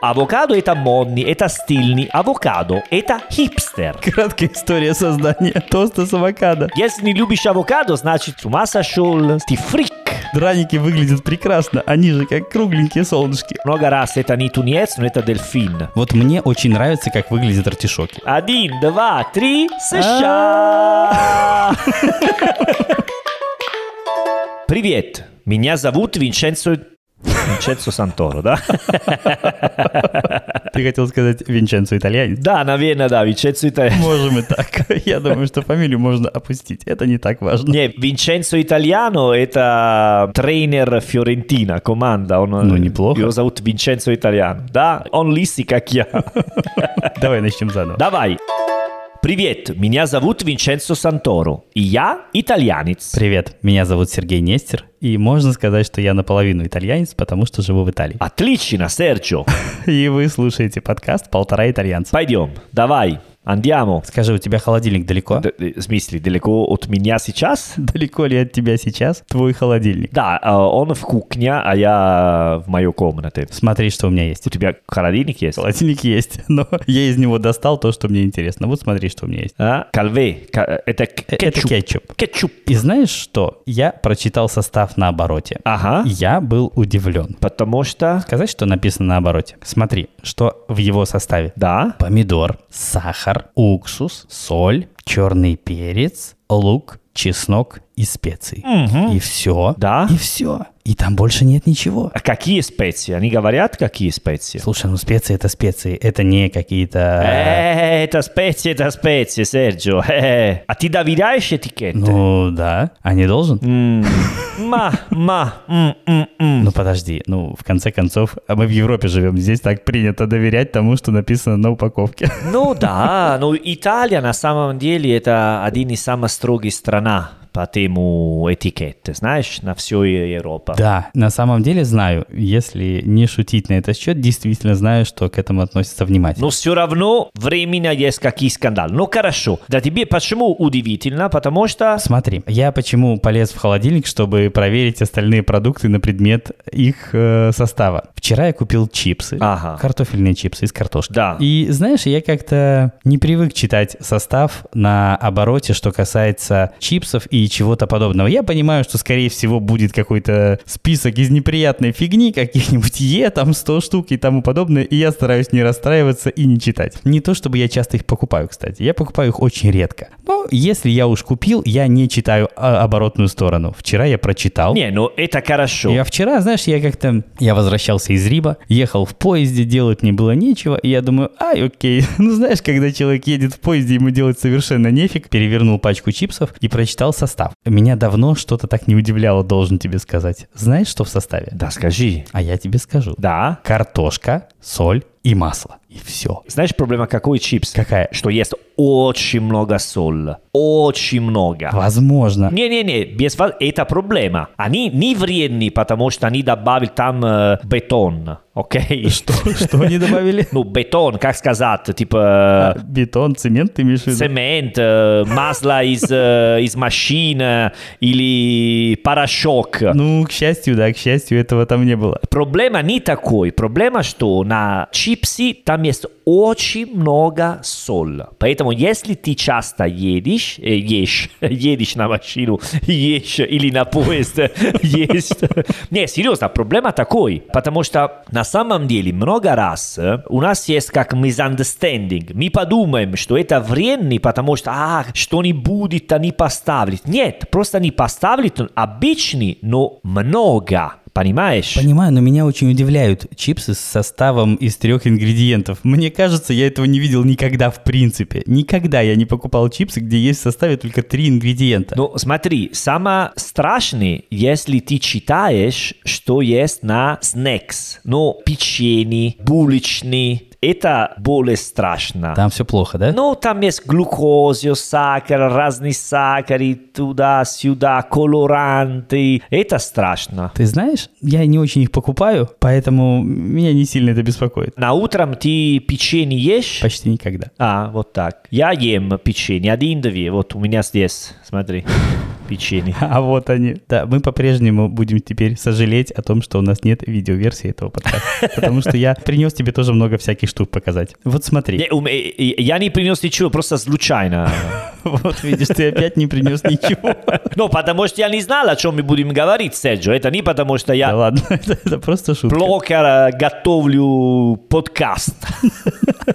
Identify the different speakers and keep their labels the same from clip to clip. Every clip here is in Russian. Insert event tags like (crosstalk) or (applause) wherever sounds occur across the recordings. Speaker 1: Авокадо это модный, это стильный. Авокадо это хипстер.
Speaker 2: Краткая история создания тоста с авокадо.
Speaker 1: Если не любишь авокадо, значит с ума сошел. Ты фрик.
Speaker 2: Драники выглядят прекрасно, они же как кругленькие солнышки.
Speaker 1: Много раз это не тунец, но это дельфин.
Speaker 2: Вот мне очень нравится, как выглядят артишоки.
Speaker 1: Один, два, три, (laughs) США! Привет, меня зовут Винченцо... Винченцо Санторо, (laughs) да?
Speaker 2: Ты хотел сказать Винченцо итальянец?
Speaker 1: Да, наверное, да, Винченцо Итальянец.
Speaker 2: Можем и так. (laughs) Я думаю, что фамилию можно опустить. Это не так важно.
Speaker 1: Не, Винченцо Итальяно – это тренер Фиорентина, команда. Он,
Speaker 2: Ну, неплохо.
Speaker 1: Его зовут Винченцо Итальяно. Да, он лисый, как я.
Speaker 2: Давай начнем заново.
Speaker 1: Давай. Привет, меня зовут Винченцо Санторо, и я итальянец.
Speaker 2: Привет, меня зовут Сергей Нестер, и можно сказать, что я наполовину итальянец, потому что живу
Speaker 1: (laughs)
Speaker 2: в Италии.
Speaker 1: Отлично, Серджо.
Speaker 2: И вы слушаете подкаст «Полтора итальянца».
Speaker 1: Пойдем, давай, андиамо.
Speaker 2: Скажи, у тебя холодильник далеко?
Speaker 1: Д- э, В смысле, далеко от меня сейчас?
Speaker 2: Далеко ли от тебя сейчас твой холодильник?
Speaker 1: Да, э, он в кухне, а я в моей комнате.
Speaker 2: Смотри, что у меня есть.
Speaker 1: У тебя холодильник есть?
Speaker 2: Холодильник есть, (laughs) но я из него достал то, что мне интересно. Вот смотри, что у меня есть.
Speaker 1: А? Кальве, ка- это к-
Speaker 2: Э,
Speaker 1: кетчуп.
Speaker 2: Это кетчуп.
Speaker 1: Кетчуп.
Speaker 2: И знаешь что? Я прочитал состав на обороте.
Speaker 1: Ага,
Speaker 2: Я был удивлен.
Speaker 1: потому что...
Speaker 2: Сказать, что написано на обороте. Смотри, что в его составе.
Speaker 1: Да,
Speaker 2: Помидор, сахар, уксус, соль, черный перец, лук, чеснок и специи. И все.
Speaker 1: Да.
Speaker 2: И все. И там больше нет ничего.
Speaker 1: а какие специи? Они говорят, какие специи?
Speaker 2: Слушай, ну специи это специи, это не какие-то...
Speaker 1: Э, это специи, это специи, Серджо. Э, А ты доверяешь этикетке?
Speaker 2: Ну да, а не должен?
Speaker 1: М, Ма, ма, м, м, м.
Speaker 2: Ну подожди, ну в конце концов, а мы в Европе живем, здесь так принято доверять тому, что написано на упаковке.
Speaker 1: Ну да, но Италия на самом деле это один из самых строгих стран по тему этикеты, знаешь, на всю Европу.
Speaker 2: (laughs) Да, на самом деле знаю, если не шутить на этот счет, действительно знаю, что к этому относятся внимательно.
Speaker 1: Но все равно временно есть какие скандалы. Ну хорошо, да тебе почему удивительно? Потому что...
Speaker 2: Смотри, я почему полез в холодильник, чтобы проверить остальные продукты на предмет их э, состава. Вчера я купил чипсы,
Speaker 1: Ага.
Speaker 2: картофельные чипсы из картошки.
Speaker 1: Да.
Speaker 2: И знаешь, я как-то не привык читать состав на обороте, что касается чипсов и чего-то подобного. Я понимаю, что, скорее всего, будет какой-то список из неприятной фигни, каких-нибудь Е, там 100 штук и тому подобное, и я стараюсь не расстраиваться и не читать. Не то, чтобы я часто их покупаю, кстати. Я покупаю их очень редко. Но если я уж купил, я не читаю а, оборотную сторону. Вчера я прочитал.
Speaker 1: Не, ну это хорошо.
Speaker 2: Я вчера, знаешь, я как-то... Я возвращался из Риба, ехал в поезде, делать мне было нечего, и я думаю, ай, окей. (laughs) Ну, знаешь, когда человек едет в поезде, ему делать совершенно нефиг. Перевернул пачку чипсов и прочитал состав. Меня давно что-то так не удивляло, должен тебе сказать. Знаешь, что в составе?
Speaker 1: Да, скажи.
Speaker 2: А я тебе скажу.
Speaker 1: Да.
Speaker 2: Картошка, соль и масло. И все.
Speaker 1: Знаешь, проблема какой чипс?
Speaker 2: Какая?
Speaker 1: Что есть очень много соли. Очень много.
Speaker 2: Возможно.
Speaker 1: (laughs) Не-не-не, без вас это проблема. Они не вредны, потому что они добавили там э, бетон, окей? (laughs)
Speaker 2: Что, (laughs) что они добавили?
Speaker 1: Ну, бетон, как сказать,
Speaker 2: (laughs)
Speaker 1: типа э,
Speaker 2: Бетон, цемент, ты имеешь в виду?
Speaker 1: цемент, э, масло из, э, из машин э, или порошок.
Speaker 2: Ну, к счастью, да, к счастью, этого там не было.
Speaker 1: Проблема не такой. Проблема, что на чипсы там есть очень много соли. Поэтому, если ты часто едешь, э, (laughs) ешь, едешь на машину, ешь или на (laughs) поезд, э, ешь. Не, серьезно, проблема такой. Потому что на самом деле много раз э, у нас есть как misunderstanding. Мы подумаем, что это вредно, потому что а, что-нибудь они поставили. Нет, просто не поставили обычный, но много. Понимаешь?
Speaker 2: Понимаю, но меня очень удивляют чипсы с составом из трех ингредиентов. Мне кажется, я этого не видел никогда в принципе. Никогда я не покупал чипсы, где есть в составе только три ингредиента.
Speaker 1: Ну, смотри, самое страшное, если ты читаешь, что есть на снекс. Ну, печенье, булочный. Это более страшно.
Speaker 2: Там все плохо, да?
Speaker 1: Ну, там есть глюкоза, сахар, разные сахары, туда-сюда, колоранты. Это страшно.
Speaker 2: Ты знаешь, я не очень их покупаю, поэтому меня не сильно это беспокоит.
Speaker 1: На утром ты печенье ешь?
Speaker 2: Почти никогда.
Speaker 1: А, вот так. Я ем печенье, один-две. Вот у меня здесь, смотри. (laughs) печенье.
Speaker 2: А вот они. Да, мы по-прежнему будем теперь сожалеть о том, что у нас нет видеоверсии
Speaker 1: (laughs)
Speaker 2: этого подкаста. Потому что я принес тебе тоже много всяких штук показать. Вот смотри.
Speaker 1: Не, у ме- Я не принес ничего, просто случайно.
Speaker 2: (laughs) Вот видишь, ты опять не принес ничего.
Speaker 1: Ну, потому что я не знал, о чем мы будем говорить, Серджо. Это не потому, что
Speaker 2: Да
Speaker 1: я
Speaker 2: ладно, (laughs) это это просто шутка.
Speaker 1: блокер готовлю подкаст. (laughs)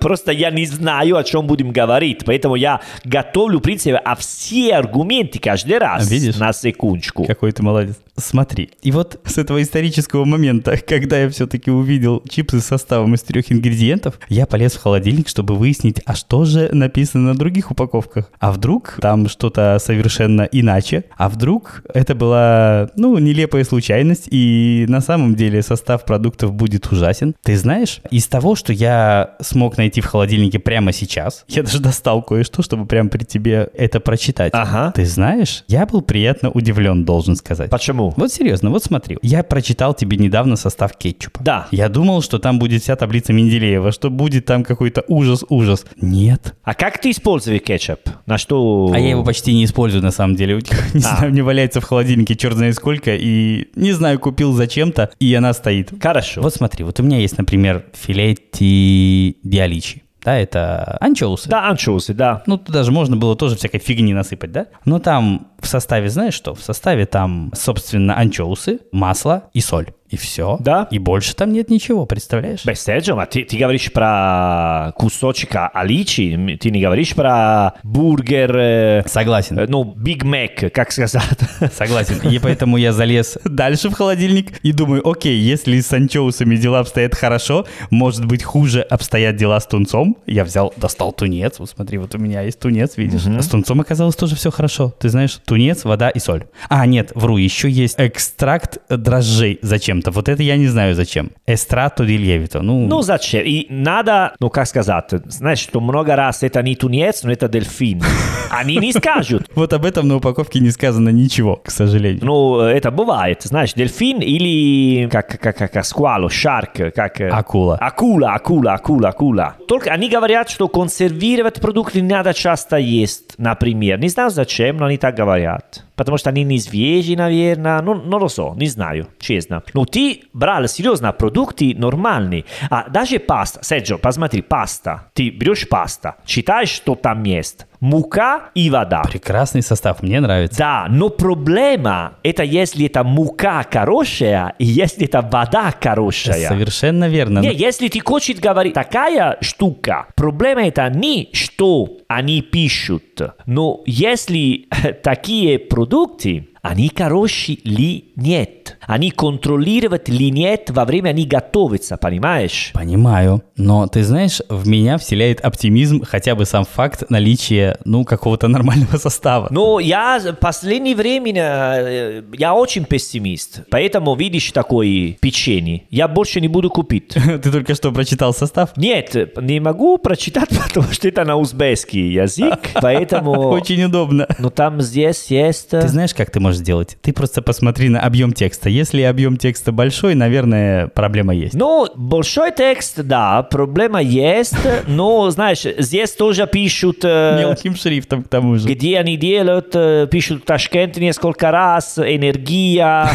Speaker 1: Просто я не знаю, о чем будем говорить. Поэтому я готовлю, в принципе, а все аргументы каждый раз
Speaker 2: А, Видишь?
Speaker 1: на секундочку.
Speaker 2: Какой ты молодец. Смотри, и вот с этого исторического момента, (laughs) когда я все-таки увидел чипсы с составом из трех ингредиентов, я полез в холодильник, чтобы выяснить, а что же написано на других упаковках. А вдруг там что-то совершенно иначе? А вдруг это была, ну, нелепая случайность, и на самом деле состав продуктов будет ужасен? Ты знаешь, из того, что я смог найти в холодильнике прямо сейчас, я даже достал кое-что, чтобы прямо при тебе это прочитать.
Speaker 1: Ага.
Speaker 2: Ты знаешь, я был приятно удивлен, должен сказать.
Speaker 1: Почему?
Speaker 2: Вот серьезно, вот смотри. Я прочитал тебе недавно состав кетчупа.
Speaker 1: Да.
Speaker 2: Я думал, что там будет вся таблица Менделеева, что будет там какой-то ужас-ужас. Нет.
Speaker 1: А как ты используешь кетчуп? На что?
Speaker 2: А я его почти не использую, на самом деле. (laughs) Не
Speaker 1: А.
Speaker 2: знаю, мне валяется в холодильнике черт знает сколько, и не знаю, купил зачем-то, и она стоит.
Speaker 1: Хорошо.
Speaker 2: Вот смотри, вот у меня есть, например, филетти диаличи. Да, это анчоусы.
Speaker 1: Да, анчоусы, да.
Speaker 2: Ну, туда же можно было тоже всякой фигни насыпать, да? Но там в составе, знаешь что? В составе там, собственно, анчоусы, масло и соль. И все.
Speaker 1: Да.
Speaker 2: И больше там нет ничего, представляешь?
Speaker 1: Beh, Sergio, ma ti, ti а говоришь про кусочек а, аличи, м, ты не говоришь про бургер, э,
Speaker 2: Согласен.
Speaker 1: э, ну, Big Mac, как сказать.
Speaker 2: (laughs) Согласен. И поэтому я залез дальше в холодильник и думаю, окей, если с анчоусами дела обстоят хорошо, может быть, хуже обстоят дела с тунцом. Я взял, достал тунец. Вот смотри, вот у меня есть тунец, видишь. А с тунцом оказалось тоже все хорошо. Ты знаешь, тунец, вода и соль. А, нет, вру, еще есть экстракт дрожжей зачем-то. Вот это я не знаю зачем. Эстрато дильевито. Ну,
Speaker 1: Ну, зачем? И надо, ну, как сказать, знаешь, что много раз это не тунец, но это дельфин. Они не скажут.
Speaker 2: вот об этом на упаковке не сказано ничего, к сожалению.
Speaker 1: Ну, э, это бывает, знаешь, дельфин или как, как, как, как сквало, шарк, как... э,
Speaker 2: Акула.
Speaker 1: Акула, акула, акула, акула. Только они говорят, что консервировать продукты не надо часто есть, например. Не знаю зачем, но они так говорят. Потому что они не свежие, наверное. Ну, ну, lo so, не знаю, честно. Но ты брал серьезно продукты нормальные. А даже паста. Серджо, посмотри, паста. Ты берешь паста, читаешь, что там есть. Мука и вода.
Speaker 2: Прекрасный состав, мне нравится.
Speaker 1: Да, но проблема это если это мука хорошая и если это вода
Speaker 2: а
Speaker 1: хорошая.
Speaker 2: Совершенно верно.
Speaker 1: Не, если ты хочешь говорить такая штука, проблема это не что они пишут, но если (laughs) такие продукты, они хорошие ли нет. Они контролировать ли нет во время они готовятся, понимаешь?
Speaker 2: Понимаю, но ты знаешь, в меня вселяет оптимизм хотя бы сам факт наличия, ну, какого-то нормального (laughs) состава.
Speaker 1: Но я в последнее время, э, я очень пессимист. Поэтому, видишь, такое печенье. Я больше не буду купить.
Speaker 2: Ты только что прочитал состав?
Speaker 1: Нет, не могу прочитать, (laughs) потому что это на узбекский
Speaker 2: (laughs)
Speaker 1: язык. Поэтому...
Speaker 2: Очень удобно.
Speaker 1: Но там здесь есть...
Speaker 2: Ты знаешь, как ты можешь сделать? Ты просто посмотри на объем текста. Если объем текста большой, наверное, проблема есть.
Speaker 1: Ну, большой текст, да, проблема есть, но, знаешь, здесь тоже пишут, э,
Speaker 2: Мелким шрифтом к тому же.
Speaker 1: где они делают, э, пишут Ташкент несколько раз,
Speaker 2: (laughs)
Speaker 1: энергия,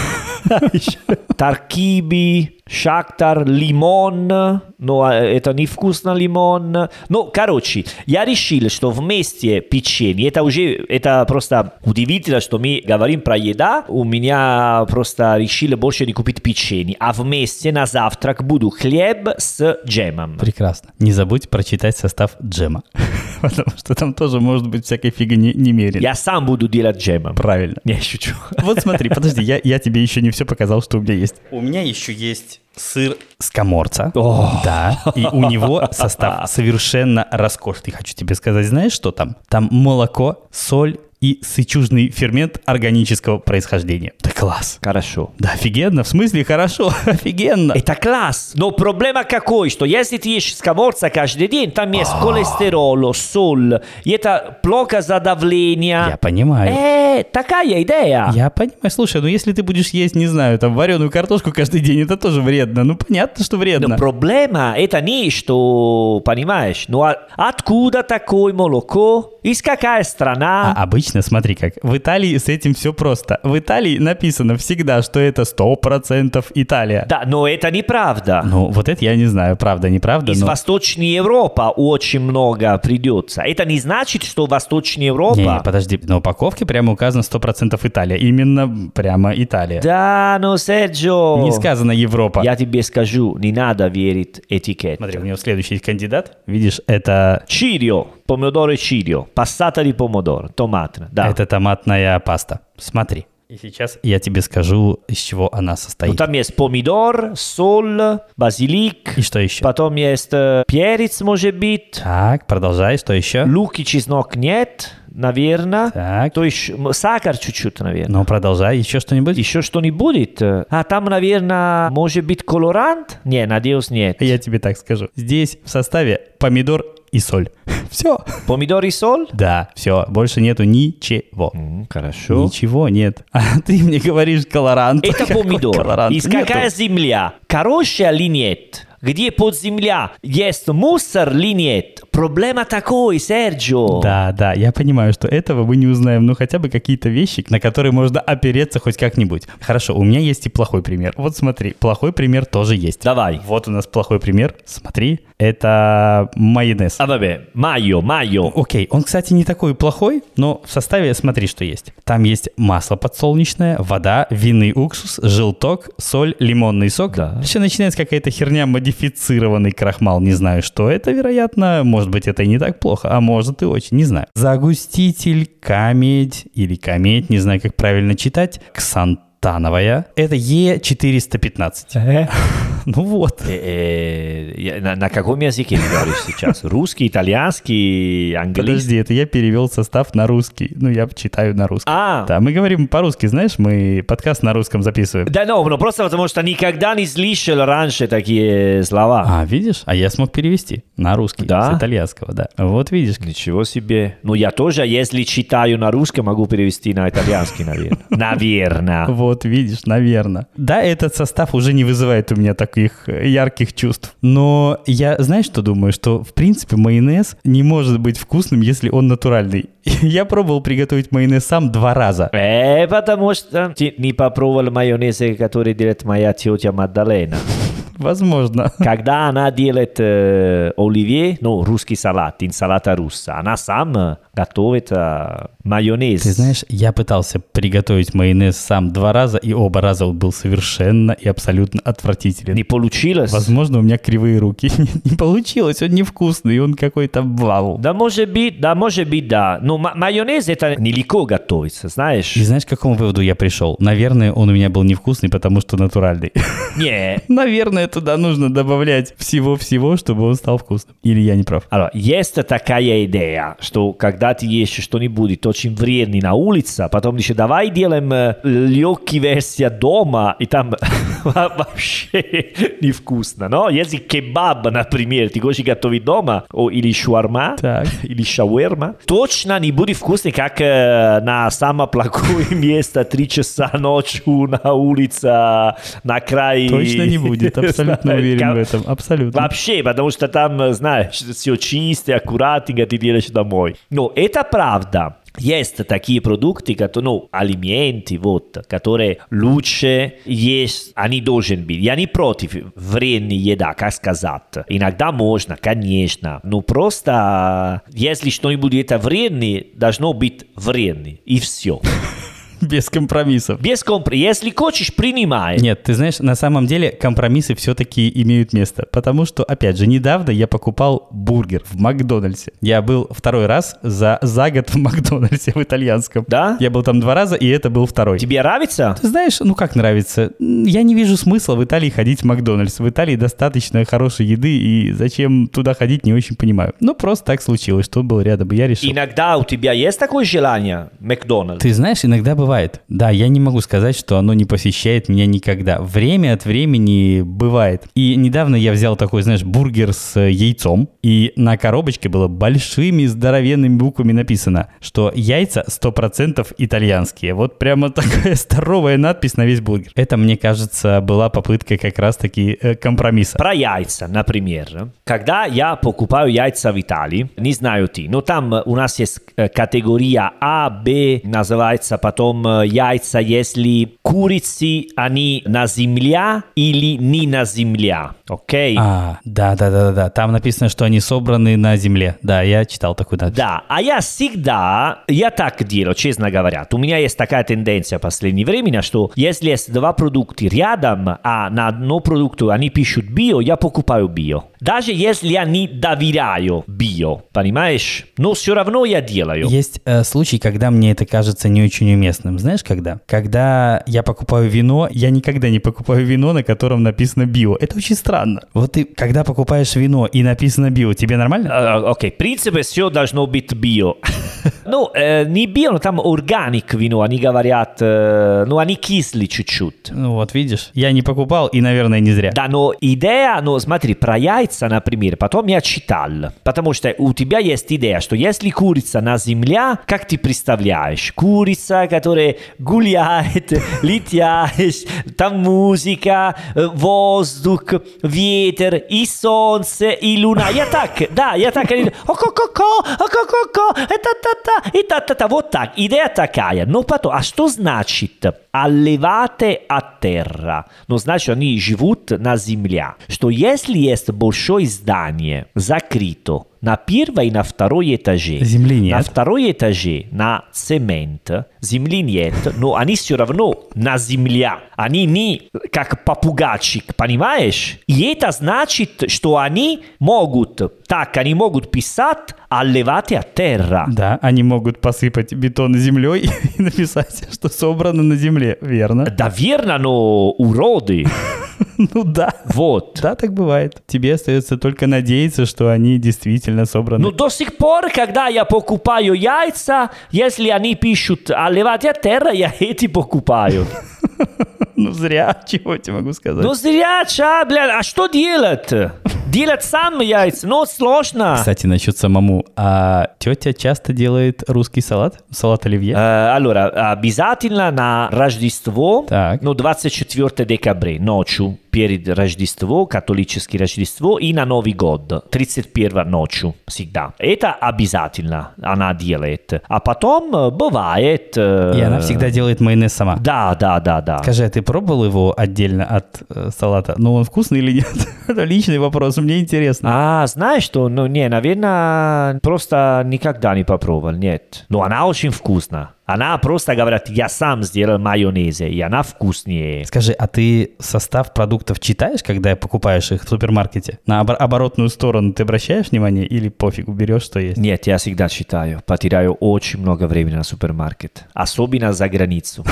Speaker 1: Таркиби, Шактар, лимон, но э, это невкусно лимон. Ну, короче, я решил, что вместе печенье, это уже, это просто удивительно, что мы говорим про еда, у меня просто решили больше не купить печенье, а вместе на завтрак буду хлеб с джемом.
Speaker 2: Прекрасно. Не забудь прочитать состав джема. (laughs) Потому что там тоже может быть всякой фигни немерено.
Speaker 1: Я сам буду делать джемом.
Speaker 2: Правильно.
Speaker 1: Не, шучу.
Speaker 2: Вот смотри, подожди, я, я тебе еще не все показал, что у меня есть. У меня еще есть сыр с коморца.
Speaker 1: О.
Speaker 2: Да, и у него состав совершенно роскошный. Хочу тебе сказать, знаешь, что там? Там молоко, соль и сычужный фермент органического происхождения. Да класс.
Speaker 1: Хорошо.
Speaker 2: Да офигенно, в смысле хорошо, (laughs) офигенно.
Speaker 1: Это класс. Но проблема какой, что если ты ешь скаморца каждый день, там
Speaker 2: А.
Speaker 1: есть холестерол, соль, и это плохо за давление.
Speaker 2: Я понимаю.
Speaker 1: Э, Э, такая идея.
Speaker 2: Я понимаю, слушай, ну если ты будешь есть, не знаю, там вареную картошку каждый день, это тоже вредно. Ну понятно, что вредно.
Speaker 1: Но проблема это не, что, понимаешь, ну а откуда такое молоко? Из какая страна?
Speaker 2: А обычно, смотри как, в Италии с этим все просто. В Италии написано всегда, что это 100% Италия.
Speaker 1: Да, но это неправда.
Speaker 2: Ну, вот это я не знаю, правда, неправда,
Speaker 1: Из
Speaker 2: но...
Speaker 1: Восточной Европы очень много придется. Это не значит, что Восточная Европа...
Speaker 2: Не, не, подожди, на упаковке прямо указано 100% Италия. Именно прямо Италия.
Speaker 1: Да, ну, но, Серджо...
Speaker 2: Не сказано Европа.
Speaker 1: Я тебе скажу, не надо верить этикет.
Speaker 2: Смотри, у него следующий кандидат. Видишь, это...
Speaker 1: Чирио, помидоры Чирио, пассата ди помидор, томатная, да.
Speaker 2: Это томатная паста. Смотри. И сейчас я тебе скажу, из чего она
Speaker 1: Ну,
Speaker 2: состоит.
Speaker 1: там есть помидор, соль, базилик,
Speaker 2: И что еще?
Speaker 1: потом есть э, перец, может быть,
Speaker 2: Так, продолжай, что еще?
Speaker 1: лук и чеснок нет, наверное.
Speaker 2: Так,
Speaker 1: То есть м, сахар чуть-чуть, наверное.
Speaker 2: ну продолжай, еще что-нибудь?
Speaker 1: Еще что не будет. А там, наверное, может быть колорант? Не, надеюсь, нет.
Speaker 2: Я тебе так скажу. Здесь в составе помидор
Speaker 1: (laughs)
Speaker 2: и соль. Все.
Speaker 1: Помидор и соль?
Speaker 2: Да, все, больше нету ничего.
Speaker 1: М, Хорошо.
Speaker 2: Ничего нет. (laughs) А ты мне говоришь колорант.
Speaker 1: Это
Speaker 2: Какой
Speaker 1: помидор.
Speaker 2: колорант?
Speaker 1: Из
Speaker 2: Нету.
Speaker 1: какая земля? Хорошая или нет? Где под земля есть мусор или нет? Проблема такой, Серджо.
Speaker 2: Да, да, я понимаю, что этого мы не узнаем, но хотя бы какие-то вещи, на которые можно опереться хоть как-нибудь. Хорошо, у меня есть и плохой пример. Вот смотри, плохой пример тоже есть.
Speaker 1: Давай.
Speaker 2: Вот у нас плохой пример. Смотри, это майонез.
Speaker 1: А vabbè, майо, майо.
Speaker 2: Окей, он, кстати, не такой плохой, но в составе смотри, что есть. Там есть масло подсолнечное, вода, винный уксус, желток, соль, лимонный сок.
Speaker 1: Да.
Speaker 2: Все начинается какая-то херня, модифицированный крахмал. Не знаю, что это, вероятно. Может быть, это и не так плохо, а может и очень, не знаю. Загуститель, камедь или камедь, не знаю, как правильно читать, ксантановая. Это Е415. (laughs) Ну вот.
Speaker 1: Э, э, я- на, на каком языке ты говоришь сейчас? Русский, итальянский, английский?
Speaker 2: Подожди, это я перевел состав на русский. Ну, я читаю на русском.
Speaker 1: А,
Speaker 2: Да, мы говорим по-русски, знаешь, мы подкаст на русском записываем.
Speaker 1: да, ну, ну, просто потому что никогда не слышал раньше такие слова.
Speaker 2: А, видишь? А я смог перевести на русский.
Speaker 1: Да?
Speaker 2: С итальянского, да. Вот видишь.
Speaker 1: Ничего себе. Ну, я тоже, если читаю на русском, могу перевести на итальянский, наверное. Наверное.
Speaker 2: А. Вот видишь, наверное. Да, этот состав уже не вызывает у меня таких э, ярких чувств. Но я, знаешь, что думаю? Что, в принципе, майонез не может быть вкусным, если он натуральный. (laughs) Я пробовал приготовить майонез сам два раза.
Speaker 1: Э, потому что ты не попробовал майонез, который делает моя тетя Мадалена.
Speaker 2: Возможно.
Speaker 1: Когда она делает э, оливье, ну, русский салат, инсалата руса, она сама готовит э, майонез.
Speaker 2: Ты знаешь, я пытался приготовить майонез сам два раза, и оба раза он был совершенно и абсолютно отвратителен.
Speaker 1: не получилось?
Speaker 2: (laughs) Возможно, у меня кривые руки. (laughs) Нет, не получилось, он невкусный, он какой-то вау.
Speaker 1: Да, может быть, да, может быть, да. Но ма- майонез это нелегко готовится, знаешь.
Speaker 2: И знаешь, к какому выводу я пришел? Наверное, он у меня был невкусный, потому что натуральный.
Speaker 1: Не.
Speaker 2: (laughs) Наверное, туда нужно добавлять всего-всего, чтобы он стал вкусным. Или я не прав?
Speaker 1: Allora, есть такая идея, что когда ты ешь что-нибудь очень вредный на улице, потом еще давай делаем легкий версия дома, и (laughs) там во- (laughs) вообще невкусно, но? Если кебаб, например, ты хочешь готовить дома, о, или шуарма,
Speaker 2: (laughs) Так.
Speaker 1: или шауэрма, точно не будет вкусный, как э, на самое плохое место 3 часа ночью на улице, на крае.
Speaker 2: Точно не (laughs)
Speaker 1: (laughs)
Speaker 2: будет, абсолютно уверен в
Speaker 1: Ка-
Speaker 2: этом, абсолютно.
Speaker 1: Вообще, потому что там, э, знаешь, все чисто, аккуратненько ты делаешь домой. Но это правда. Есть такие продукты, которые, ну, алименты, вот, которые лучше есть, они должны быть. Я не против вредной еда, как сказать. Иногда можно, конечно. Но просто, э, если что-нибудь это вредное, должно быть вредное. И все.
Speaker 2: Без компромиссов.
Speaker 1: Без компр... Если хочешь, принимай.
Speaker 2: Нет, ты знаешь, на самом деле компромиссы все-таки имеют место. Потому что, опять же, недавно я покупал бургер в Макдональдсе. Я был второй раз за, за год в Макдональдсе в итальянском.
Speaker 1: Да?
Speaker 2: Я был там два раза, и это был второй.
Speaker 1: Тебе нравится?
Speaker 2: Ты знаешь, ну как нравится? М, Я не вижу смысла в Италии ходить в Макдональдс. В Италии достаточно хорошей еды, и зачем туда ходить, не очень понимаю. Ну, просто так случилось, что он был рядом, и я решил.
Speaker 1: Иногда у тебя есть такое желание, Макдональдс?
Speaker 2: Ты знаешь, иногда бывает. Да, я не могу сказать, что оно не посещает меня никогда. Время от времени бывает. И недавно я взял такой, знаешь, бургер с э, яйцом, и на коробочке было большими здоровенными буквами написано, что яйца 100% итальянские. Вот прямо (laughs) такая здоровая надпись на весь бургер. Это, мне кажется, была попытка как раз-таки э, компромисса.
Speaker 1: Про яйца, например. Когда я покупаю яйца в Италии, не знаю ты, но там э, у нас есть э, категория А, Б, называется потом э, яйца, если курицы, они на земле или не на земле, окей?
Speaker 2: А, да, да, да, да, да. Там написано, что они собраны на земле. Да, я читал такую надпись.
Speaker 1: Да, а я всегда, я так делаю, честно говоря. У меня есть такая тенденция в последнее время, что если есть два продукта рядом, а на одно продукт они пишут био, я покупаю био. Даже если я не доверяю био, понимаешь? Но все равно я делаю.
Speaker 2: Есть э, случай, когда мне это кажется не очень уместным. Знаешь, когда? Когда я покупаю вино, я никогда не покупаю вино, на котором написано био. Это очень странно. Вот ты, когда покупаешь вино и написано био, тебе нормально?
Speaker 1: Э, Окей, в принципе, все должно быть био. (laughs) Ну, э, не био, но там органик вино, они говорят, э, ну, они кисли чуть-чуть.
Speaker 2: Ну вот видишь, я не покупал и, наверное, не зря.
Speaker 1: Да, но идея, но смотри, про яйца, например, потом я читал. Потому что у тебя есть идея, что если курица на земле, как ты представляешь? Курица, которая гуляет, (laughs) летяешь, там музыка, э, воздух, ветер, и солнце, и луна. Я так, да, я так. говорю, «О-ко-ко-ко, о-ко-ко-ко, э, та-та-та, и та-та-та». Вот так, идея такая. Но потом, а что значит «allevate a terra»? Ну, значит, они живут на земле. Что если есть большое здание, закрыто, на первой и на второй этаже.
Speaker 2: Земли
Speaker 1: На
Speaker 2: нет.
Speaker 1: второй этаже, на цемент, земли нет, но они все равно на земле. Они не как попугайчик, понимаешь? И это значит, что они могут, так, они могут писать «allevate a terra».
Speaker 2: Да, они могут посыпать бетон землей (laughs) и написать, что собрано на земле. Верно.
Speaker 1: Да верно, но уроды.
Speaker 2: Ну да.
Speaker 1: Вот.
Speaker 2: Да, так бывает. Тебе остается только надеяться, что они действительно собраны.
Speaker 1: Но Ну, до сих пор, когда я покупаю яйца, если они пишут «allevate a terra», я (laughs) эти покупаю.
Speaker 2: (laughs) Ну зря, чего тебе могу сказать.
Speaker 1: Ну зря, ча, бля, а что делать? Делать сам яйца, ну сложно.
Speaker 2: Кстати, насчет самому. А тетя часто делает русский салат? Салат оливье?
Speaker 1: Э, Allora, обязательно на Рождество,
Speaker 2: Так.
Speaker 1: ну, 24 декабря, ночью, перед Рождество, католическое Рождество, и на Новый год, 31 ночью, всегда. Это обязательно она делает. А потом э, бывает... э,
Speaker 2: И она всегда делает майонез сама.
Speaker 1: Да, да, да, да.
Speaker 2: Скажи, а ты пробовал его отдельно от э, салата? Ну, он вкусный или нет? (laughs) Это личный вопрос, мне интересно.
Speaker 1: А, знаешь что? Ну, не, наверное, просто никогда не попробовал, нет. Но она очень вкусна. Она просто говорит, я сам сделал майонезе, и она вкуснее.
Speaker 2: Скажи, а ты состав продуктов читаешь, когда покупаешь их в супермаркете? На обор- оборотную сторону ты обращаешь внимание или пофигу, берешь, что есть?
Speaker 1: Нет, я всегда читаю. Потеряю очень много времени на супермаркет. Особенно за границу.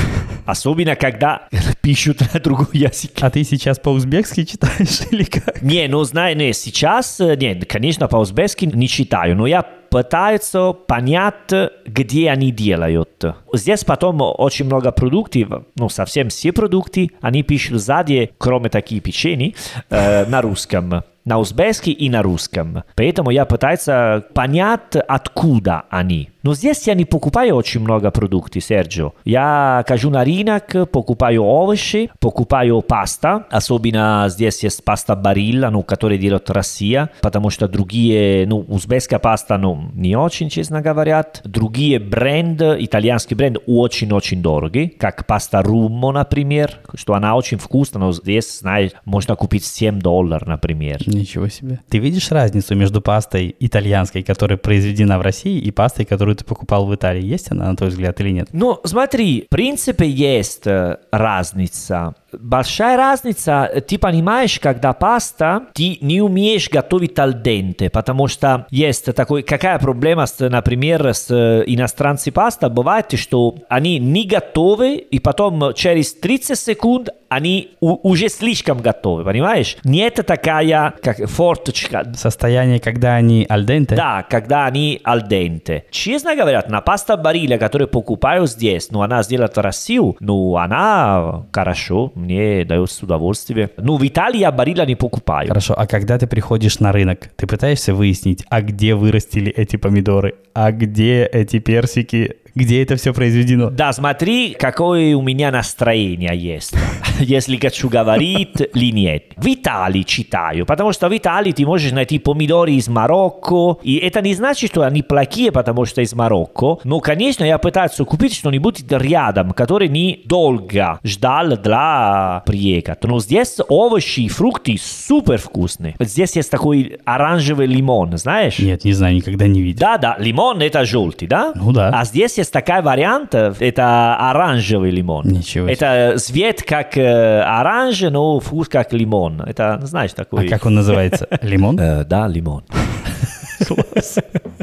Speaker 1: Особенно, когда пишут на другом языке.
Speaker 2: А ты сейчас по-узбекски читаешь (laughs) или
Speaker 1: (laughs)
Speaker 2: как?
Speaker 1: Не, ну знаю, не, сейчас, э, нет, конечно, по-узбекски не читаю, но я пытаюсь понять, где они делают. Здесь потом очень много продуктов, ну, совсем все продукты, они пишут сзади, кроме таких печений, э, на русском. На узбекски и на русском. Поэтому я пытаюсь э, понять, откуда они. Но здесь я не покупаю очень много продуктов, Серджио. Я хожу на рынок, покупаю овощи, покупаю паста. Особенно здесь есть паста барилла, ну, которую делает Россия, потому что другие, ну, узбекская паста, ну, не очень, честно говоря. Другие бренды, итальянский бренд, очень-очень дорогие, как паста Руммо, например, что она очень вкусная, но здесь, знаешь, можно купить 7 долларов, например.
Speaker 2: Ничего себе. Ты видишь разницу между пастой итальянской, которая произведена в России, и пастой, которую ты покупал в Италии? Есть она, на твой взгляд, или нет?
Speaker 1: Ну, смотри, в принципе, есть э, разница. Большая разница, э, ты понимаешь, когда паста, ты не умеешь готовить аль денте, потому что есть такой, какая проблема, с, например, с иностранцами паста, бывает, что они не готовы, и потом э, через 30 секунд они уже слишком готовы, понимаешь? Нет такая как форточка.
Speaker 2: Состояние, когда они аль денте?
Speaker 1: Да, когда они аль денте. Честно говоря, на паста барилля, которую покупаю здесь, но ну, она сделана в Россию, ну, она хорошо, мне дает с удовольствием. Ну, в Италии я барилля не покупаю.
Speaker 2: Хорошо, а когда ты приходишь на рынок, ты пытаешься выяснить, а где вырастили эти помидоры, а где эти персики, где это все произведено.
Speaker 1: Да, смотри, какое у меня настроение есть. (laughs) Если хочу говорить или нет. В Италии читаю, потому что в Италии ты можешь найти помидоры из Марокко. И это не значит, что они плохие, потому что из Марокко. Но, конечно, я пытаюсь купить что-нибудь рядом, который не долго ждал для приехать. Но здесь овощи и фрукты супер вкусные. Здесь есть такой оранжевый лимон, знаешь?
Speaker 2: Нет, не знаю, никогда не видел.
Speaker 1: Да-да, лимон это желтый, да?
Speaker 2: Ну да.
Speaker 1: А здесь есть такая вариант, это оранжевый лимон.
Speaker 2: Ничего себе.
Speaker 1: Это цвет как э, оранж, но вкус как лимон. Это, знаешь, такой...
Speaker 2: А как он (laughs) называется? Лимон?
Speaker 1: Да, лимон.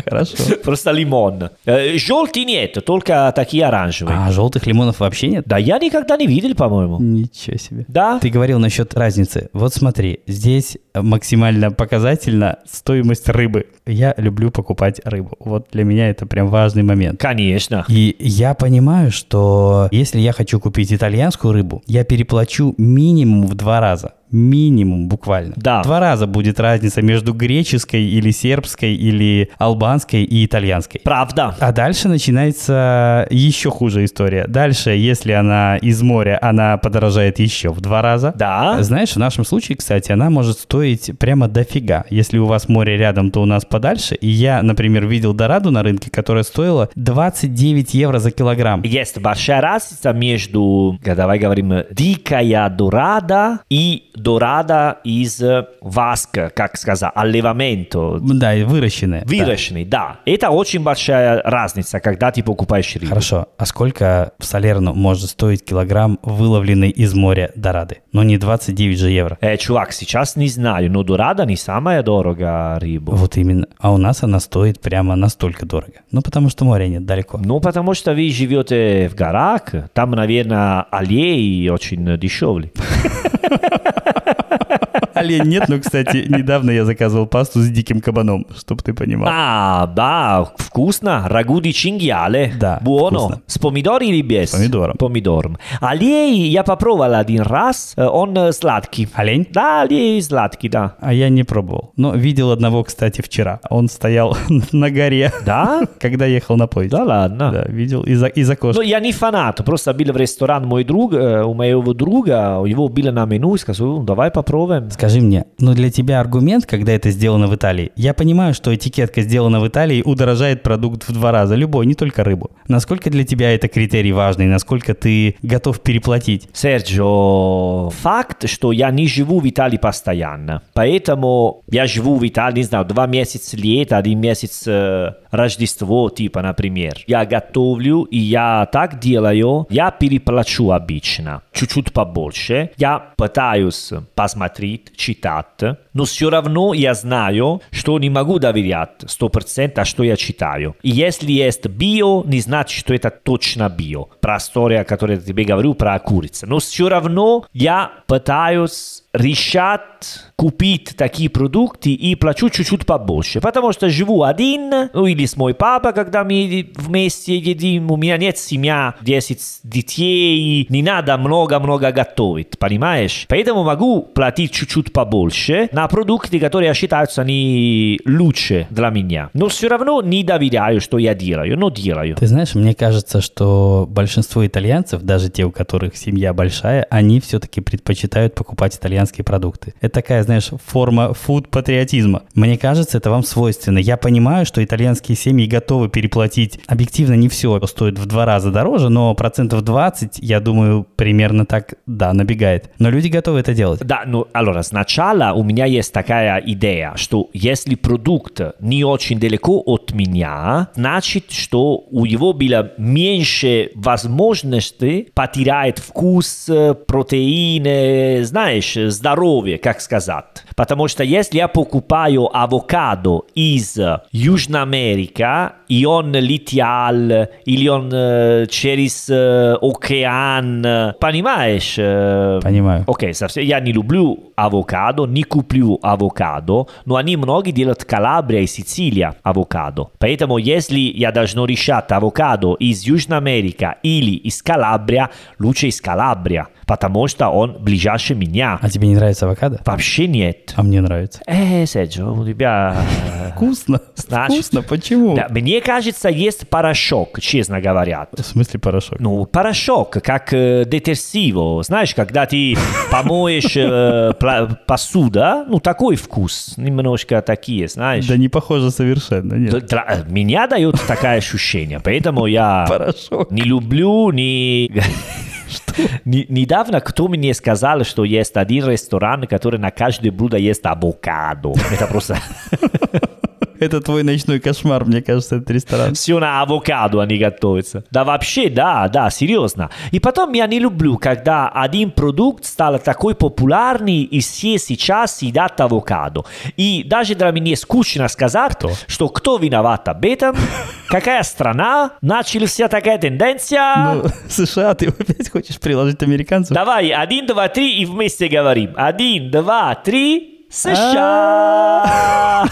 Speaker 2: Хорошо.
Speaker 1: Просто лимон. Желтый нет, только такие оранжевые.
Speaker 2: А желтых лимонов вообще нет?
Speaker 1: Да, я никогда не видел, по-моему.
Speaker 2: Ничего себе.
Speaker 1: Да.
Speaker 2: Ты говорил насчет разницы. Вот смотри, здесь максимально показательна стоимость рыбы. Я люблю покупать рыбу. Вот для меня это прям важный момент.
Speaker 1: Конечно.
Speaker 2: И я понимаю, что если я хочу купить итальянскую рыбу, я переплачу минимум в два раза минимум буквально.
Speaker 1: Да.
Speaker 2: Два раза будет разница между греческой или сербской или албанской и итальянской.
Speaker 1: Правда.
Speaker 2: А дальше начинается еще хуже история. Дальше, если она из моря, она подорожает еще в два раза.
Speaker 1: Да.
Speaker 2: Знаешь, в нашем случае, кстати, она может стоить прямо дофига. Если у вас море рядом, то у нас подальше. И я, например, видел Дораду на рынке, которая стоила 29 евро за килограмм.
Speaker 1: Есть большая разница между, давай говорим, дикая Дорада и Дорада из Васка, как сказать, аллеваменто.
Speaker 2: Да, и выращенные.
Speaker 1: Выращенные, да. да. Это очень большая разница, когда ты покупаешь рыбу.
Speaker 2: Хорошо. А сколько в Солерну может стоить килограмм выловленный из моря Дорады? Ну, не 29 же евро.
Speaker 1: Э, чувак, сейчас не знаю, но Дорада не самая дорогая рыба.
Speaker 2: Вот именно. А у нас она стоит прямо настолько дорого. Ну, потому что моря нет далеко.
Speaker 1: Ну, потому что вы живете в горах, там, наверное, аллеи очень дешевле.
Speaker 2: Олень нет, но, кстати, недавно я заказывал пасту с диким кабаном, чтобы ты понимал.
Speaker 1: А, да, вкусно. Рагу ди чингиале.
Speaker 2: Да,
Speaker 1: Буоно.
Speaker 2: вкусно.
Speaker 1: С помидор или без?
Speaker 2: С помидором.
Speaker 1: Помидором. Олей я попробовал один раз, он сладкий.
Speaker 2: Олень?
Speaker 1: Да, олей сладкий, да.
Speaker 2: А я не пробовал. Но видел одного, кстати, вчера. Он стоял (laughs) на горе.
Speaker 1: Да?
Speaker 2: Когда ехал на поезд.
Speaker 1: Да ладно.
Speaker 2: Да, видел из, из окошка.
Speaker 1: Ну, я не фанат, просто был в ресторан мой друг, у моего друга, его было на меню, сказал, давай попробуем.
Speaker 2: Скажи мне, ну для тебя аргумент, когда это сделано в Италии? Я понимаю, что этикетка сделана в Италии, удорожает продукт в два раза, любой, не только рыбу. Насколько для тебя это критерий важный? Насколько ты готов переплатить?
Speaker 1: Серджо, факт, что я не живу в Италии постоянно. Поэтому я живу в Италии, не знаю, два месяца лета, один месяц э, Рождество, типа, например. Я готовлю, и я так делаю. Я переплачу обычно, чуть-чуть побольше. Я пытаюсь посмотреть, читать, но все равно я знаю, что не могу доверять 100%, что я читаю. И если есть био, не значит, что это точно био. Про историю, о которой я тебе говорю, про курицу. Но все равно я пытаюсь решать купить такие продукты и плачу чуть-чуть побольше. Потому что живу один, ну или с мой папа, когда мы вместе едим. У меня нет семья, 10 детей, не надо много-много готовить, понимаешь? Поэтому могу платить чуть-чуть побольше на продукты, которые считаются не лучше для меня. Но все равно не доверяю, что я делаю, но делаю.
Speaker 2: Ты знаешь, мне кажется, что большинство итальянцев, даже те, у которых семья большая, они все-таки предпочитают покупать итальянские продукты. Это такая, знаешь, форма фуд-патриотизма. Мне кажется, это вам свойственно. Я понимаю, что итальянские семьи готовы переплатить. Объективно не все стоит в два раза дороже, но процентов 20, я думаю, примерно так, да, набегает. Но люди готовы это делать.
Speaker 1: Да, ну, allora, сначала у меня есть такая идея, что если продукт не очень далеко от меня, значит, что у него было меньше возможностей потерять вкус, э, протеины, знаешь, здоровье, как сказать. Потому что если я покупаю авокадо из Южной Америки, и он летел, или он э, через э, океан, понимаешь? Э,
Speaker 2: Понимаю.
Speaker 1: Окей, совсем. Я не люблю авокадо, не куплю авокадо, но они многие делают Калабрия и Сицилия авокадо. Поэтому если я должен решать авокадо из Южной Америки или из Калабрия, лучше из Калабрия, потому что он ближайше меня.
Speaker 2: А тебе не нравится авокадо?
Speaker 1: Вообще нет.
Speaker 2: А мне нравится.
Speaker 1: Э, Седжо, у тебя...
Speaker 2: Вкусно.
Speaker 1: Знаешь-
Speaker 2: Вкусно, почему?
Speaker 1: Да, мне кажется, есть порошок, честно говоря.
Speaker 2: В смысле порошок?
Speaker 1: Ну, порошок, как э, детерсиво. Знаешь, когда ты помоешь э, пла- посуда, ну, такой вкус. Немножко такие, знаешь.
Speaker 2: Да не похоже совершенно,
Speaker 1: Д-
Speaker 2: нет.
Speaker 1: для- Меня дает такое ощущение. Поэтому я
Speaker 2: А, Порошок.
Speaker 1: не люблю, не... Не- Недавно кто мне сказал, что есть один ресторан, который на каждое блюдо есть авокадо. Это просто
Speaker 2: Это твой ночной кошмар, мне кажется, этот ресторан.
Speaker 1: все на авокадо они готовятся. Да вообще, да, да, серьезно. И потом я не люблю, когда один продукт стал такой популярный, и все сейчас едят авокадо. И даже для меня скучно сказать, что кто виноват об этом, какая страна, начался такая тенденция.
Speaker 2: Ну, (laughs) США, ты опять хочешь приложить американцев?
Speaker 1: Давай, один, два, три, и вместе говорим. Один, два, три. США!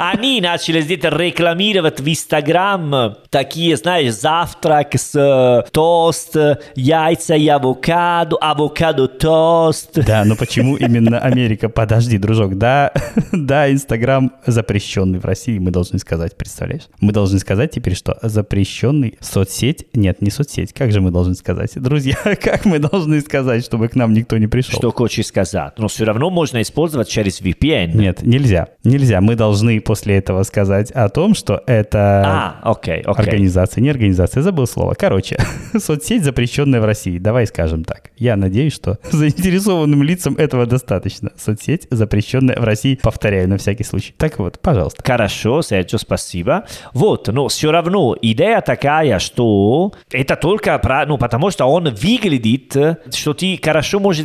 Speaker 1: Они начали здесь рекламировать в Инстаграм такие, знаешь, завтрак с э, тост, э, яйца и авокадо, авокадо тост.
Speaker 2: Да, но почему именно Америка? Подожди, дружок, да, (laughs) да, Инстаграм запрещенный в России, мы должны сказать, представляешь? Мы должны сказать теперь, что запрещенный соцсеть, нет, не соцсеть, как же мы должны сказать? Друзья, (laughs) как мы должны сказать, чтобы к нам никто не пришел?
Speaker 1: Что хочешь сказать? Но все равно можно использовать через VPN.
Speaker 2: Нет, нельзя, нельзя, мы должны после этого сказать о том, что это...
Speaker 1: А, окей, окей.
Speaker 2: Организация, не организация, забыл слово. Короче, (laughs) соцсеть запрещенная в России, давай скажем так. Я надеюсь, что (laughs) заинтересованным лицам этого достаточно. Соцсеть запрещенная в России, повторяю на всякий случай. Так вот, пожалуйста.
Speaker 1: Хорошо, Серджо, спасибо. Вот, но все равно идея такая, что это только, про- ну, потому что он выглядит, что ты хорошо можешь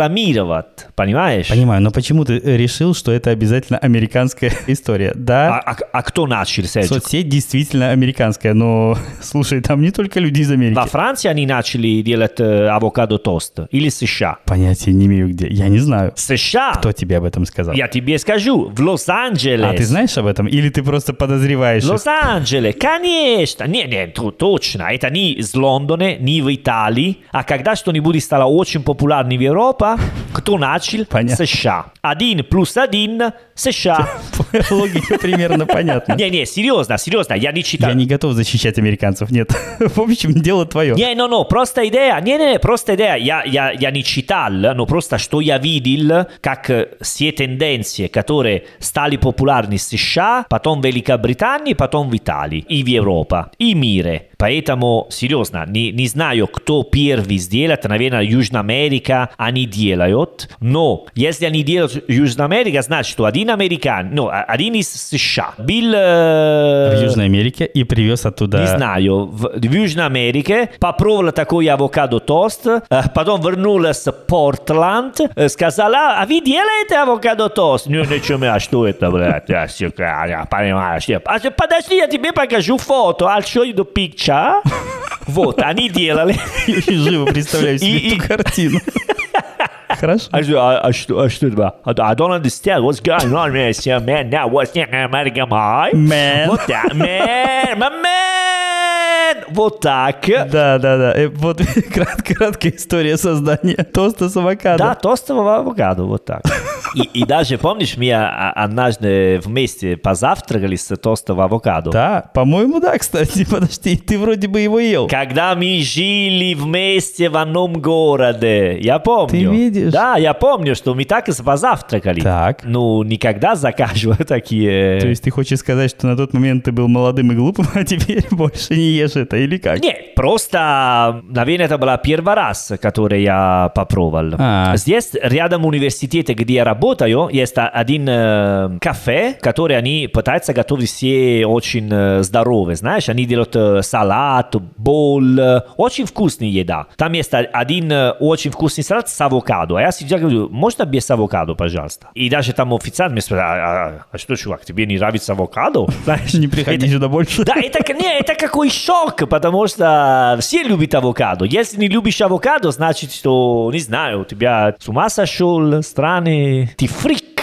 Speaker 1: рекламировать, понимаешь?
Speaker 2: Понимаю, но почему ты э, решил, что это обязательно американская (laughs) история?
Speaker 1: А,
Speaker 2: Да,
Speaker 1: а- а кто начал, Серджо?
Speaker 2: соцсеть действительно американская, но, (laughs) слушай, там не только люди из Америки.
Speaker 1: Во Франции они начали делать э, авокадо тост или США?
Speaker 2: Понятия не имею где, я не знаю.
Speaker 1: США?
Speaker 2: Кто тебе об этом сказал?
Speaker 1: Я тебе скажу, в Лос-Анджелес.
Speaker 2: А ты знаешь об этом? Или ты просто подозреваешь?
Speaker 1: Ну, Лос-Анджелес, конечно. Не, не, ту- точно. Это не из Лондона, не в Италии. А когда что-нибудь стало очень популярным в Европе, кто начал?
Speaker 2: Понятно.
Speaker 1: США. Один плюс один – США.
Speaker 2: (laughs) Логика примерно понятна.
Speaker 1: Не, не, серьезно, серьезно, я не читал.
Speaker 2: Я не готов защищать американцев, нет. (laughs) В общем, дело твое.
Speaker 1: Не, no, no, просто идея. Не, не, не, просто идея. Я, я, я не читал, но просто что я видел, как э, все тенденции, которые стали популярны в США, потом в Великобритании, потом в Италии и в Европе, и в мире. Поэтому, серьезно, не, не знаю, кто первый сделает. Наверное, Южная Америка они делают. Но если они делают Южная Америка, значит, что один американ, ну, а- один из США был... э,
Speaker 2: В Южной Америке и привез оттуда...
Speaker 1: не знаю, в, в Южной Америке попробовала такой авокадо тост, э, потом вернулась в Портланд, э, сказала, а вы делаете авокадо тост? Не, ничего, а что это, блядь, я, сука, я понимаю, что- А что, подожди, я тебе покажу фото, I'll show you the picture. Вот, они делали.
Speaker 2: (laughs) И живо представляю
Speaker 1: И-
Speaker 2: себе
Speaker 1: и- (laughs)
Speaker 2: эту картину. Хорошо.
Speaker 1: А что, а, а что, а что это было? I I don't understand what's going on, man. So, man, now what's in America, my?
Speaker 2: Man.
Speaker 1: Вот так, man, my man. Вот так.
Speaker 2: Да, да, да. Э, Вот (laughs) крат- краткая история создания (laughs) тоста с
Speaker 1: (laughs)
Speaker 2: авокадо.
Speaker 1: Да, тостового авокадо, вот так. И, и даже, помнишь, мы а, однажды вместе позавтракали с тостом авокадо?
Speaker 2: Да, по-моему, да, кстати. (laughs) Подожди, ты вроде бы его ел.
Speaker 1: Когда мы жили вместе в одном городе, я помню.
Speaker 2: Ты видишь?
Speaker 1: Да, я помню, что мы так и позавтракали.
Speaker 2: Так.
Speaker 1: Ну, никогда заказываю (laughs) такие...
Speaker 2: То есть ты хочешь сказать, что на тот момент ты был молодым и глупым, (laughs) а теперь больше не ешь это, или как?
Speaker 1: Нет, просто, наверное, это была первый раз, который я попробовал.
Speaker 2: А.
Speaker 1: Здесь, рядом университета, где я работаю, есть один э, кафе, который они пытаются готовить все очень э, здоровые, знаешь, они делают э, салат, бол, э, очень вкусная еда. Там есть о- один э, очень вкусный салат с авокадо, а я всегда говорю, можно без авокадо, пожалуйста? И даже там официант мне спрашивает, а, а- а что, чувак, тебе не нравится
Speaker 2: (laughs)
Speaker 1: авокадо? Знаешь,
Speaker 2: Не приходи
Speaker 1: это-
Speaker 2: сюда больше.
Speaker 1: да, это, к- не, это какой шок, потому что все любят авокадо. Если не любишь авокадо, значит, что, не знаю, у тебя с ума сошел, страны, ты фрик.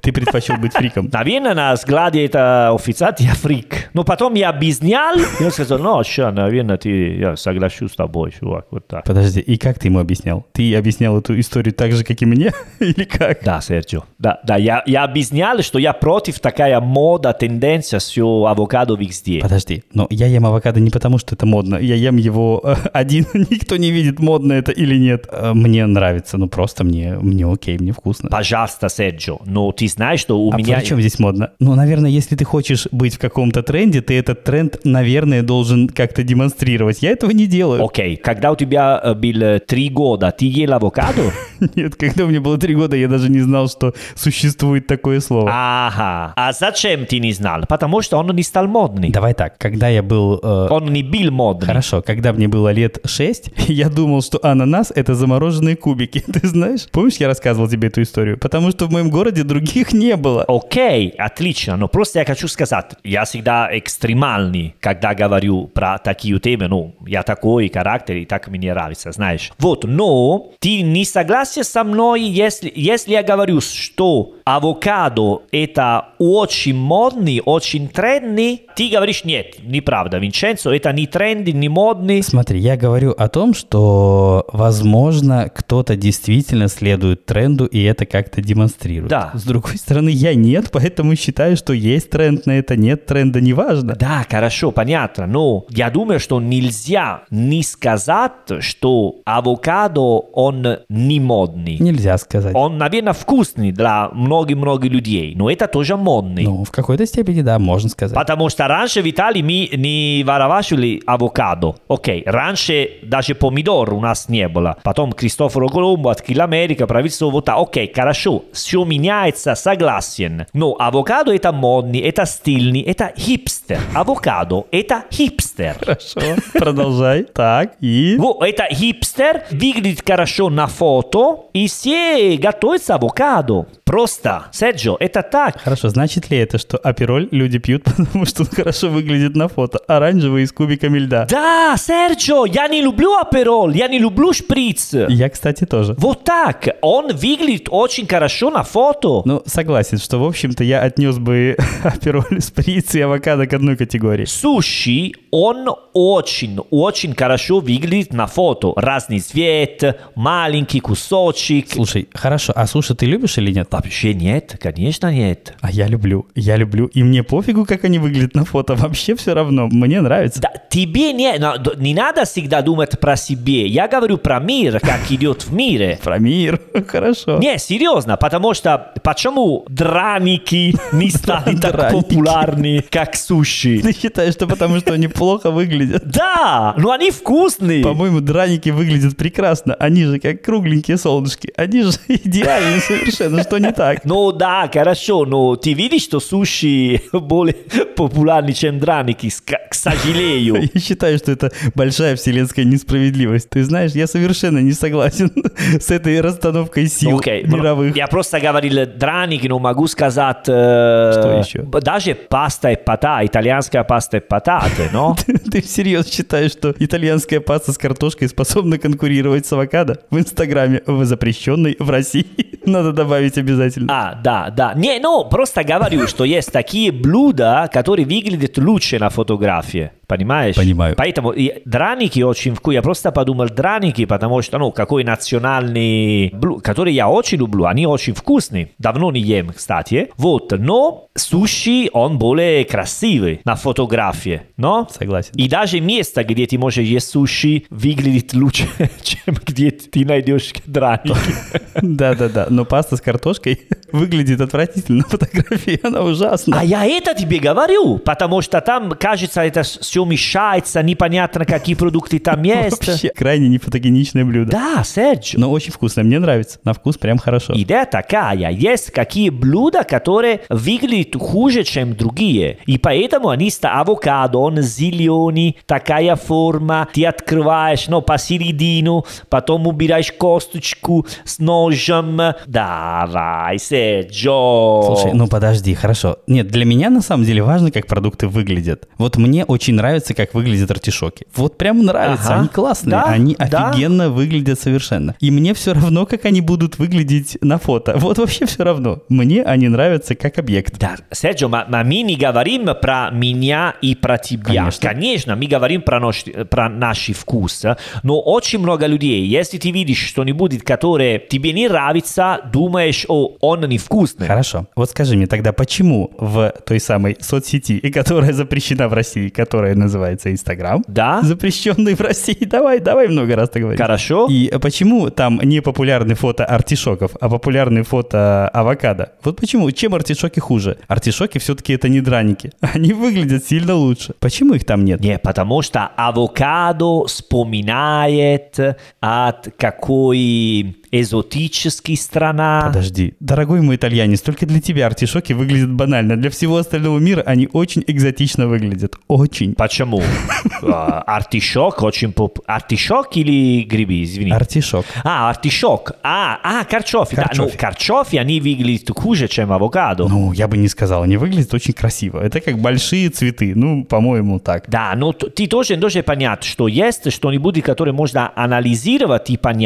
Speaker 2: Ты предпочел быть фриком.
Speaker 1: Наверное, на взгляде это официант, я фрик. Но потом я объяснял, и он сказал, ну, ща, наверное, ты, я соглашусь с тобой, чувак, вот так.
Speaker 2: Подожди, и как ты ему объяснял? Ты объяснял эту историю так же, как и мне? (laughs) Или как?
Speaker 1: Да, Серджо. Да, да, я, я объяснял, что я против такая мода, тенденция все авокадо везде.
Speaker 2: Подожди, но я ем авокадо не потому, что это модно. Я ем его э, (laughs) один, никто не видит, модно это или нет. Э, Мне нравится, ну просто мне, мне окей, мне вкусно.
Speaker 1: Пожалуйста, Серджо, но ты знаешь, что у
Speaker 2: а
Speaker 1: меня...
Speaker 2: при чем здесь модно? Ну, наверное, если ты хочешь быть в каком-то тренде, ты этот тренд, наверное, должен как-то демонстрировать. Я этого не делаю.
Speaker 1: Окей, когда у тебя э, было три года, ты ел авокадо?
Speaker 2: (laughs) Нет, когда мне было три года, я даже не знал, что существует такое слово.
Speaker 1: Ага. А зачем ты не знал? Потому что он не стал модный.
Speaker 2: Давай так, когда я был... э,
Speaker 1: Он не был модный.
Speaker 2: Хорошо, когда мне было лет 6, (laughs) я думал, что ананас — это замороженные кубики. (laughs) Ты знаешь? Помнишь, я рассказывал тебе эту историю? Потому что в моем городе других не было.
Speaker 1: Окей, отлично, но просто я хочу сказать, я всегда экстремальный, когда говорю про такие темы, ну, я такой характер, и так мне нравится, знаешь. Вот, но ты не согласен со мной, если, если я говорю, что авокадо это очень модный, очень трендный, ты говоришь, нет, неправда, Винченцо, это не тренды, не модный.
Speaker 2: Смотри, я говорю о том, что, возможно, кто-то действительно следует тренду и это как-то демонстрирует.
Speaker 1: Да.
Speaker 2: С другой стороны, я нет, поэтому считаю, что есть тренд на это, нет тренда, неважно.
Speaker 1: Да, хорошо, понятно, но я думаю, что нельзя не сказать, что авокадо, он не модный.
Speaker 2: Нельзя сказать.
Speaker 1: Он, наверное, вкусный для многих-многих людей, но это тоже модный.
Speaker 2: Ну, в какой-то степени, да, можно сказать.
Speaker 1: Потому что раньше в Италии мы не воровали авокадо. Окей, раньше даже помидор у нас не было. Потом Кристофору Колумбу открыл Америка, правительство вот так. Окей, хорошо, все меняется, согласен. Но авокадо это модный, это стильный, это хипстер. Авокадо это хипстер.
Speaker 2: Хорошо, продолжай. Так, и...
Speaker 1: Во, это хипстер, выглядит хорошо на фото, и все готовятся авокадо. Просто, Серджо, это так.
Speaker 2: Хорошо, значит ли это, что апероль люди пьют, (laughs) потому что он хорошо выглядит на фото? Оранжевый и с кубиками льда.
Speaker 1: Да, Серджо, я не люблю аперол, я не люблю шприц.
Speaker 2: Я, кстати, тоже.
Speaker 1: Вот так, он выглядит очень хорошо на фото.
Speaker 2: Ну, согласен, что, в общем-то, я отнес бы (laughs) апероль, сприц и авокадо к одной категории.
Speaker 1: Суши, он очень, очень хорошо выглядит на фото. Разный цвет, маленький кусочек.
Speaker 2: Слушай, хорошо, а суши ты любишь или нет?
Speaker 1: Вообще нет, конечно нет.
Speaker 2: А я люблю, я люблю, и мне пофигу, как они выглядят на фото, вообще все равно, мне нравится.
Speaker 1: Да, тебе не, на- д- не надо всегда думать про себе. Я говорю про мир, как идет в мире.
Speaker 2: Про мир, (laughs) хорошо.
Speaker 1: Не, серьезно, потому что почему драники не стали так
Speaker 2: Драники.
Speaker 1: популярны, как суши?
Speaker 2: Ты считаешь, что потому что они плохо выглядят?
Speaker 1: Да, но они вкусные.
Speaker 2: По-моему, драники выглядят прекрасно. Они же как кругленькие солнышки. Они же (laughs) идеальны совершенно. Что не так?
Speaker 1: Ну да, хорошо, но ты видишь, что суши (laughs) более популярны, чем драники, с- к к
Speaker 2: (laughs)
Speaker 1: сожалению.
Speaker 2: Я считаю, что это большая вселенская несправедливость. Ты знаешь, я совершенно не согласен (laughs) с этой расстановкой сил
Speaker 1: Окей, ну,
Speaker 2: мировых.
Speaker 1: Я просто говорил драники, но могу сказать... э,
Speaker 2: Что еще?
Speaker 1: б- Даже паста и пата, итальянская паста и пататы, но...
Speaker 2: (laughs) Ты всерьез считаешь, что итальянская паста с картошкой способна конкурировать с авокадо? В Инстаграме, в запрещенной в России. (laughs) Надо добавить обязательно.
Speaker 1: А, да, да. Не, ну, просто говорю, что есть такие блюда, которые выглядят лучше на фотографии. понимаешь?
Speaker 2: Понимаю.
Speaker 1: Поэтому и драники очень вкусные. Я просто подумал, драники, потому что, ну, какой национальный блюд, который я очень люблю, они очень вкусные. Давно не ем, кстати. Вот, но суши, он более красивый на фотографии, но...
Speaker 2: Согласен.
Speaker 1: И даже место, где ты можешь есть суши, выглядит лучше, (laughs) чем где ты найдешь драники.
Speaker 2: (laughs) Да-да-да, но паста с картошкой (laughs) выглядит отвратительно на фотографии, она ужасна.
Speaker 1: А я это тебе говорю, потому что там, кажется, это все мешается, непонятно, какие продукты
Speaker 2: (laughs)
Speaker 1: там есть.
Speaker 2: Вообще, Ну, крайне нефотогеничное блюдо.
Speaker 1: Да, Серджо.
Speaker 2: Но очень вкусное, мне нравится, на вкус прям хорошо.
Speaker 1: Идея такая, есть какие блюда, которые выглядят хуже, чем другие. И поэтому они ста- авокадо, он зеленый, такая форма, ты открываешь, ну, посередину, потом убираешь косточку с ножем. Давай, Серджо.
Speaker 2: Слушай, ну подожди, хорошо. Нет, для меня на самом деле важно, как продукты выглядят. Вот мне очень нравится, как выглядят артишоки. Вот прям нравится,
Speaker 1: Ага.
Speaker 2: они классные,
Speaker 1: Да,
Speaker 2: они
Speaker 1: да.
Speaker 2: офигенно выглядят совершенно. И мне все равно, как они будут выглядеть на фото. Вот вообще все равно. Мне они нравятся как объект.
Speaker 1: Да, Серджо, ма, ма ми не говорим про меня и про тебя.
Speaker 2: Конечно.
Speaker 1: Конечно, мы говорим про наш, про наш вкус, но очень много людей, если ты видишь что-нибудь, которое тебе не нравится, думаешь, о, он невкусный.
Speaker 2: Хорошо. Вот скажи мне тогда, почему в той самой соцсети, (laughs) и которая запрещена в России, которая называется Инстаграм,
Speaker 1: Да?
Speaker 2: запрещенный в России, (laughs) давай, давай много раз так говорить.
Speaker 1: Хорошо?
Speaker 2: И почему там не популярны фото артишоков, а популярны фото авокадо? Вот почему? Чем артишоки хуже? Артишоки все-таки это не драники. (laughs) Они выглядят сильно лучше. Почему их там нет?
Speaker 1: Не, потому что авокадо вспоминает от какой экзотической страны.
Speaker 2: Подожди. Дорогой мой итальянец, только для тебя артишоки выглядят банально. Для всего остального мира они очень экзотично выглядят. Очень.
Speaker 1: Почему? А, Артишок очень поп... Артишок или грибы, извини?
Speaker 2: Артишок.
Speaker 1: А, артишок. А, а, карчофи. Да, ну,
Speaker 2: Карчофи.
Speaker 1: карчофи, они выглядят хуже, чем авокадо.
Speaker 2: Ну, я бы не сказал, они выглядят очень красиво. Это как большие цветы. Ну, по-моему, так.
Speaker 1: Да, но т- ты тоже должен понять, что есть что-нибудь, которое можно анализировать и понять.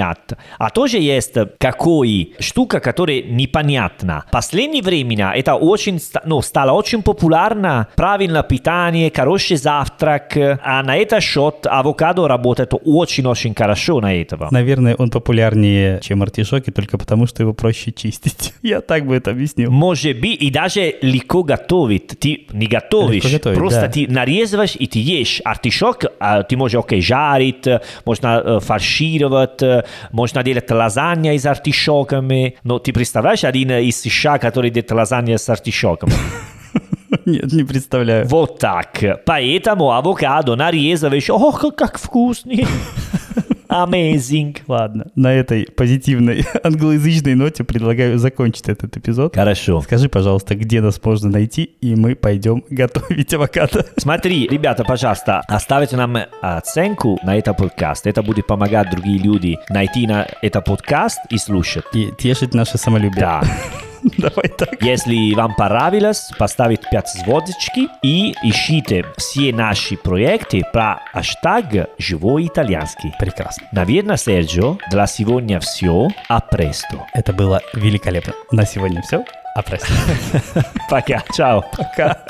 Speaker 1: А тоже есть какой штука, которая непонятна. В последнее время это очень, ста- ну, стало очень популярно. Правильное питание, хороший завтрак. А на это счет авокадо работает очень-очень хорошо на этого.
Speaker 2: Наверное, он популярнее, чем артишоки, только потому, что его проще чистить. (laughs) Я так бы это объяснил. (laughs)
Speaker 1: Может быть, и даже легко готовить. Ты не готовишь,
Speaker 2: Легко готовить,
Speaker 1: просто
Speaker 2: да.
Speaker 1: ты нарезываешь и ты ешь. Артишок а, ты можешь, окей, жарить, э, можно э, фаршировать, э, можно делать лазанья из артишоками. Но ты представляешь один из США, который делает лазанья с артишоком?
Speaker 2: Нет, не представляю.
Speaker 1: Вот так. Поэтому авокадо нарезываешь. О, как как вкусный. Amazing.
Speaker 2: Ладно, на этой позитивной (laughs) англоязычной ноте предлагаю закончить этот эпизод.
Speaker 1: Хорошо.
Speaker 2: Скажи, пожалуйста, где нас можно найти, и мы пойдем (laughs) готовить авокадо.
Speaker 1: Смотри, ребята, пожалуйста, оставьте нам оценку на этот подкаст. Это будет помогать другие люди найти на этот подкаст и слушать.
Speaker 2: И тешить наше самолюбие.
Speaker 1: Да.
Speaker 2: (laughs) Давай так.
Speaker 1: Если вам понравилось, поставить 5 звездочки и ищите все наши проекты по хэштаг «Живой итальянский».
Speaker 2: Прекрасно.
Speaker 1: Наверное, Серджо, для сегодня все. А престо.
Speaker 2: Это было великолепно. На сегодня все. А
Speaker 1: Пока. Чао.
Speaker 2: Пока.